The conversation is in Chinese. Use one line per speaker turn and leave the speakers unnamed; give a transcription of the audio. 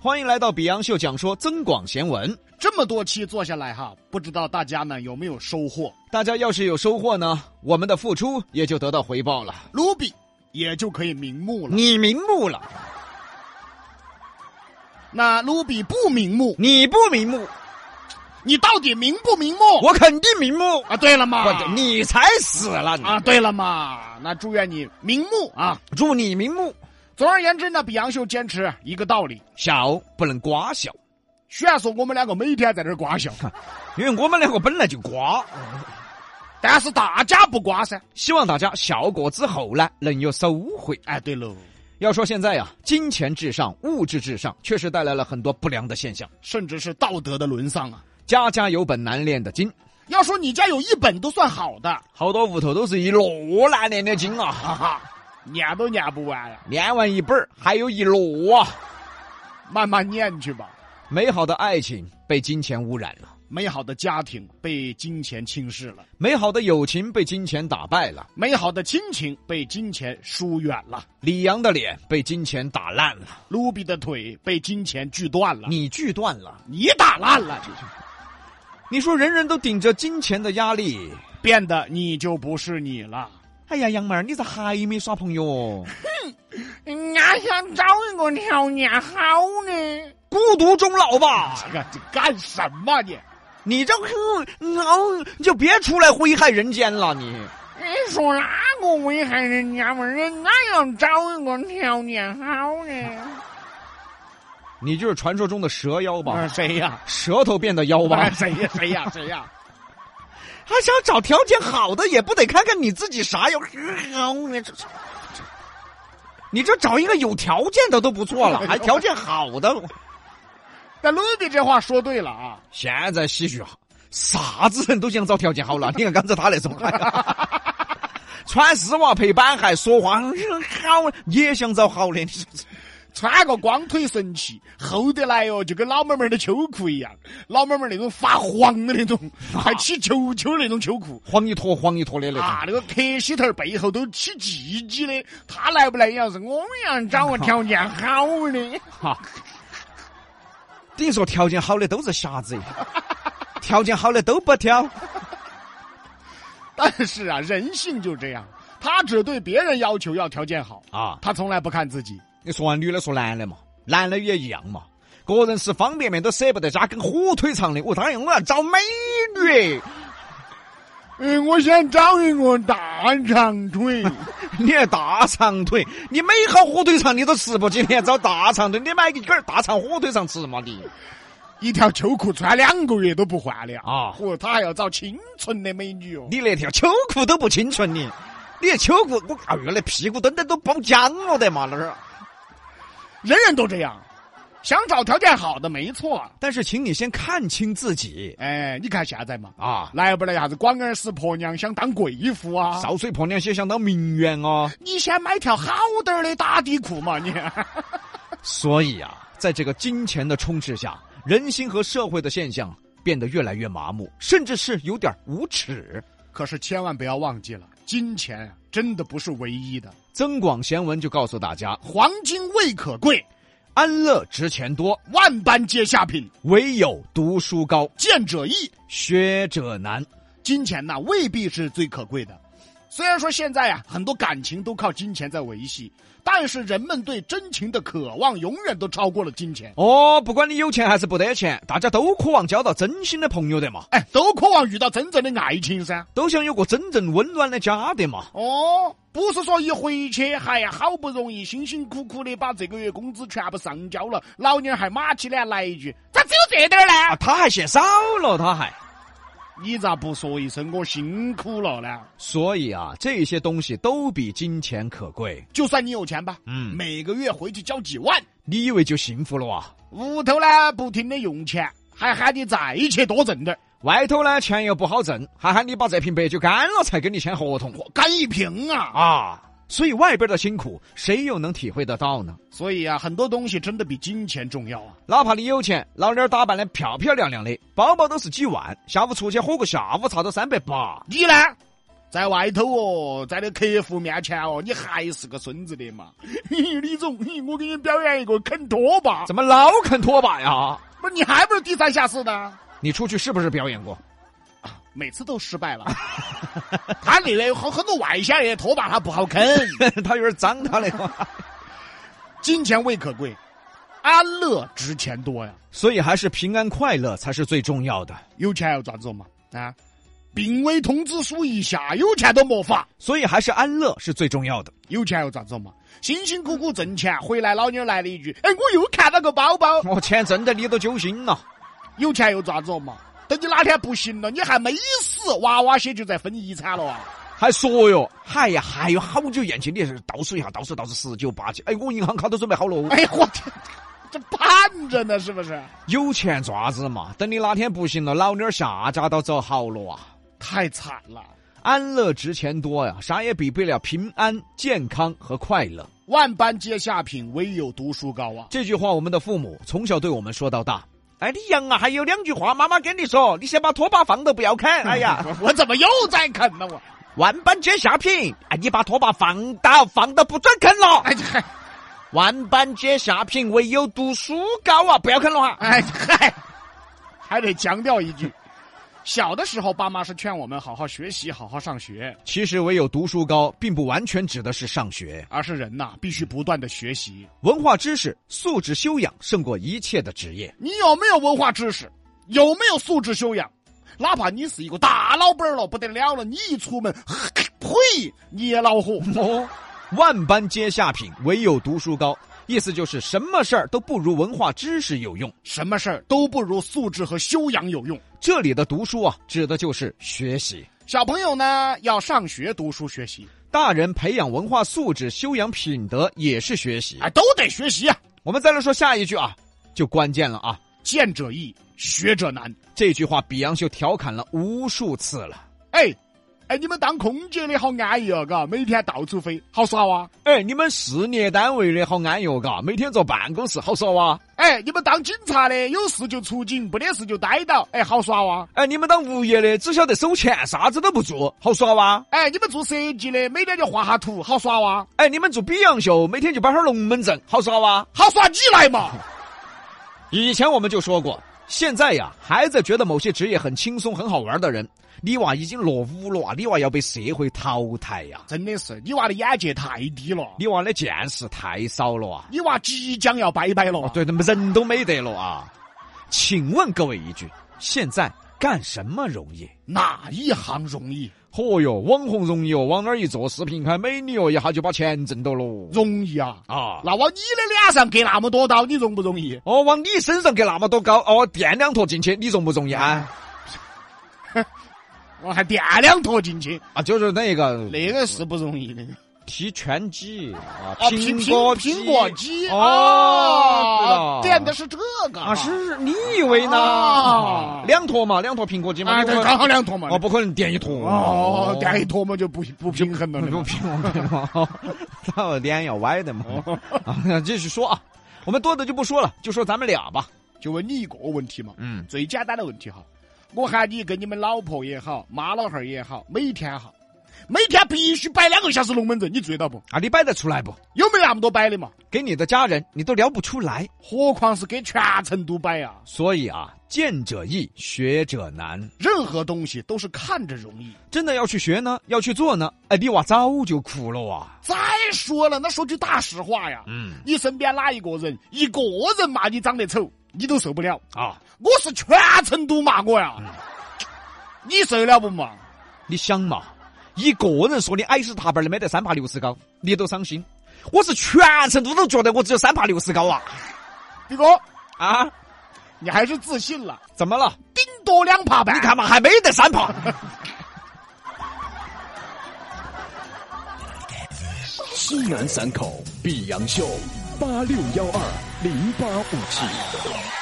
欢迎来到《比洋秀》，讲说增广贤文。
这么多期做下来哈，不知道大家们有没有收获？
大家要是有收获呢，我们的付出也就得到回报了。
卢比也就可以瞑目了。
你瞑目了，
那卢比不瞑目，
你不瞑目，
你到底瞑不瞑目？
我肯定瞑目。
啊，对了嘛，
不，你才死了你！
啊，对了嘛，那祝愿你瞑目啊！
祝你瞑目，
总而言之呢，比洋秀坚持一个道理，
小不能瓜小，
虽然说我们两个每天在这儿瓜笑，
因为我们两个本来就瓜。
但是大家不瓜噻。
希望大家笑过之后呢，能有收获。
哎，对喽，
要说现在呀、金钱至上、物质至上，确实带来了很多不良的现象。
甚至是道德的沦丧啊！
家家有本难念的经，
要说你家有一本都算好的，
好多屋头都是一摞难念的经啊，
哈哈，念都念不完啊呀，
念完一本儿还有一摞啊。
慢慢念去吧。
美好的爱情被金钱污染了，
美好的家庭被金钱侵蚀了，
美好的友情被金钱打败了，
美好的亲情被金钱疏远了，
李阳的脸被金钱打烂了，
卢比的腿被金钱锯断了，
你锯断了。
你打烂了，这是
你说人人都顶着金钱的压力，
变得你就不是你了。
哎呀，杨妹儿，你咋还没耍朋友？
俺想找一个条件好的。
孤独终老吧。
这个这干什么你？
你这哼，熬你就别出来危害人间了，你
你说哪个危害人家嘛？人家要找一个条件好的。
你就是传说中的蛇妖吧？
啊谁呀？
舌头变的妖吧
啊？谁呀？谁呀？谁呀？
还想找条件好的，也不得看看你自己啥样？你这找一个有条件的都不错了，还条件好的。
但卢比这话说对了啊。
现在唏嘘啊，啥子人都想找条件好了。你看刚才他那种，穿丝袜配板鞋，说话好，也想找好的。你说这
穿个光腿神器，厚得来哟，就跟老妹妹的秋裤一样，老妹妹那种发黄的那种，还起球球那种秋裤。
慌一坨慌一坨的那种。
啊，那个壳西头背后都起鸡鸡的，他来不来也要是我们要找个条件好 的，
哈，等于说条件好的都是瞎子，条件好的都不挑。
但是啊，人性就这样，他只对别人要求要条件好
啊
他从来不看自己。
你说完女的说男的嘛，男的也一样嘛。个人吃方便面都舍不得加根火腿肠的，我当然我要找美女。
嗯，我想找一个大 长腿，
你还大长腿，你美好火腿肠你都吃不起，你还找大长腿？你买一根大肠火腿肠吃嘛你？
一条秋裤穿两个月都不换的
啊
嚯，他还要找清纯的美女哦。
你那条秋裤都不清纯你，你那秋裤我哎呦那屁股墩墩都包浆了的嘛那儿。
人人都这样，想找条件好的没错。
但是请你先看清自己
哎，你看现在嘛，
啊。
来不来啥子广而识婆娘想当贵妇啊？
少水婆娘些想当名媛哦。
你先买条好点儿的打底裤嘛，你。
所以啊，在这个金钱的充斥下，人心和社会的现象变得越来越麻木，甚至是有点无耻。
可是千万不要忘记了，金钱啊真的不是唯一的，
增广贤文就告诉大家：
黄金未可贵，
安乐值钱多，
万般皆下品，
唯有读书高，
见者易。
学者难。
金钱呐、未必是最可贵的。虽然说现在啊，很多感情都靠金钱在维系，但是人们对真情的渴望永远都超过了金钱。
哦，不管你有钱还是不得钱，大家都渴望交到真心的朋友的嘛，
哎，都渴望遇到真正的爱情噻。
都想有个真正温暖的家的嘛。
哦，不是说一回去，还呀，好不容易辛辛苦苦的把这个月工资全部上交了，老娘还马起脸来一句：“咋只有这点儿呢
啊，他还嫌少了，他还。？”
你咋不说一声我辛苦了呢？
所以啊，这些东西都比金钱可贵。
就算你有钱吧，
嗯
每个月回去交几万，
你以为就幸福了啊？
屋头呢不停的用钱，还喊你再去多挣点儿，
外头呢钱又不好挣，还喊你把这瓶白酒干了才跟你签合同
干一瓶啊！
啊！所以外边的辛苦，谁又能体会得到呢？
所以啊，很多东西真的比金钱重要啊！
哪怕你有钱，老娘儿打扮的漂漂亮亮的，包包都是几万，下午出去喝个下午茶都三百八，
你呢，在外头哦，在那客户面前哦，你还是个孙子的嘛。 嘿嘿李总，嘿我给你表演一个啃拖把，
怎么老啃拖把呀？
不是你还不是低三下四的？
你出去是不是表演过？
每次都失败了。 他那个有好很多外乡人拖把他不好啃。
他有点脏，他那个，
金钱未可贵，安乐值钱多呀。
所以还是平安快乐才是最重要的。
有钱要咋子嘛？啊，病危通知书一下，有钱都没法。
所以还是安乐是最重要的。
有钱又咋子嘛？辛辛苦苦挣钱回来，老妞来了一句：“哎，我又看到个包包。
我天，真哦的你都揪心了。”
有钱又咋子嘛？等你哪天不行了，你还没死，娃娃些就在分遗产了啊！
还说哟，嗨呀，还有好久宴请，你是倒数一下，倒数倒数十九八七。哎，我银行卡都准备好了哦。
哎呀，我天，这盼着呢，是不是？
有钱爪子嘛？等你哪天不行了，老妞儿下家都走好了啊！
太惨了，
安乐值钱多呀，啥也比不了平安、健康和快乐。
万般皆下品，唯有读书高啊！
这句话，我们的父母从小对我们说到大。哎，你杨啊，还有两句话，妈妈跟你说，你先把拖把放都不要啃。 哎呀，
我我怎么又在啃呢？我
万般皆下品，哎，你把拖把放到放到不准啃了。
哎嗨
万般皆下品，唯有读书高啊！不要啃了哈。
哎嗨，还得强调一句，小的时候爸妈是劝我们好好学习，好好上学，
其实唯有读书高，并不完全指的是上学。
而是人呐、必须不断的学习。
文化知识、素质修养胜过一切的职业。
你有没有文化知识？有没有素质修养？哪怕你是一个大老板儿了，不得了了，你一出门， 呸，你也恼火。
哦，万般皆下品，唯有读书高。意思就是什么事儿都不如文化知识有用。
什么事儿都不如素质和修养有用。
这里的读书啊，指的就是学习。
小朋友呢，要上学读书学习，
大人培养文化素质、修养品德也是学习。
哎，都得学习啊。
我们再来说下一句啊，就关键了啊！
见者易，学者难。
这句话比洋秀调侃了无数次了。
哎，哎，你们当空姐的好安逸哦，嘎，每天到处飞，好爽啊！
哎，你们事业单位的好安逸哦，嘎，每天坐办公室好爽哇、
哎，你们当警察的有事就出警，不得事就待到，哎，好爽哇、
哎，你们当物业的只晓得收钱，啥子都不做，好爽哇、
哎，你们做设计的每天就画下图，好耍哇、
哎，你们做比洋秀，每天就摆哈儿龙门阵，好耍哇、
好耍你来嘛！
以前我们就说过，现在呀，孩子觉得某些职业很轻松、很好玩的人，你娃已经落伍了啊！你娃要被社会淘汰呀、
真的是，你娃的眼界太低了，
你娃的见识太少了啊！哦
你娃即将要拜拜了。，
对，那么人都没得了啊！请问各位一句，现在干什么容易？
哪一行容易？
嚯哟，网红容易哦，往那儿一坐，视频开美女哦，一下就把钱挣到了哦
容易啊！
啊！
那往你的脸上割那么多刀，你容不容易？
哦，往你身上给那么多高哦，垫两坨进去，你容不容易啊？
我还掂量拖进去，
啊，就是那个
那个是不容易的。
踢拳击啊，
哦，苹
苹果
苹果肌
哦，对了
垫的是这个
啊，是你以为呢？
啊
两坨嘛，两坨苹果肌嘛，
啊，
你不
对，
可
刚好两坨嘛。
哦，不可能点一坨
哦，垫一坨嘛就不不平衡了
不。不平衡不平衡，他的脸要歪的嘛。啊，继续说啊，我们多的就不说了，就说咱们俩吧。
就问你一个问题嘛，
嗯，
最简单的问题哈，我喊你跟你们老婆也好，妈老汉儿也好，每天哈，每天必须摆两个小时龙门阵，你醉到不？
啊，你摆得出来不？
有没有那么多摆的嘛？
给你的家人，你都聊不出来。
何况是给全成都摆啊！
所以啊，见者易，学者难。
任何东西都是看着容易。
真的要去学呢，要去做呢，哎，你娃早就苦了啊。
再说了，那说句大实话呀，
嗯
你身边哪一个人一个人骂你长得丑，你都受不了？
啊，
我是全成都骂我
嗯
呀，你受了不嘛？
你想嘛，一个人说你矮是塔板的没得三爬六尺高，你都伤心。我是全成都都觉得我只有三爬六尺高啊
毕哥，
啊！
你还是自信了，
怎么了？
顶多两爬半。
你看嘛，还没得三爬。
西南三口碧阳秀八六幺二零八五七。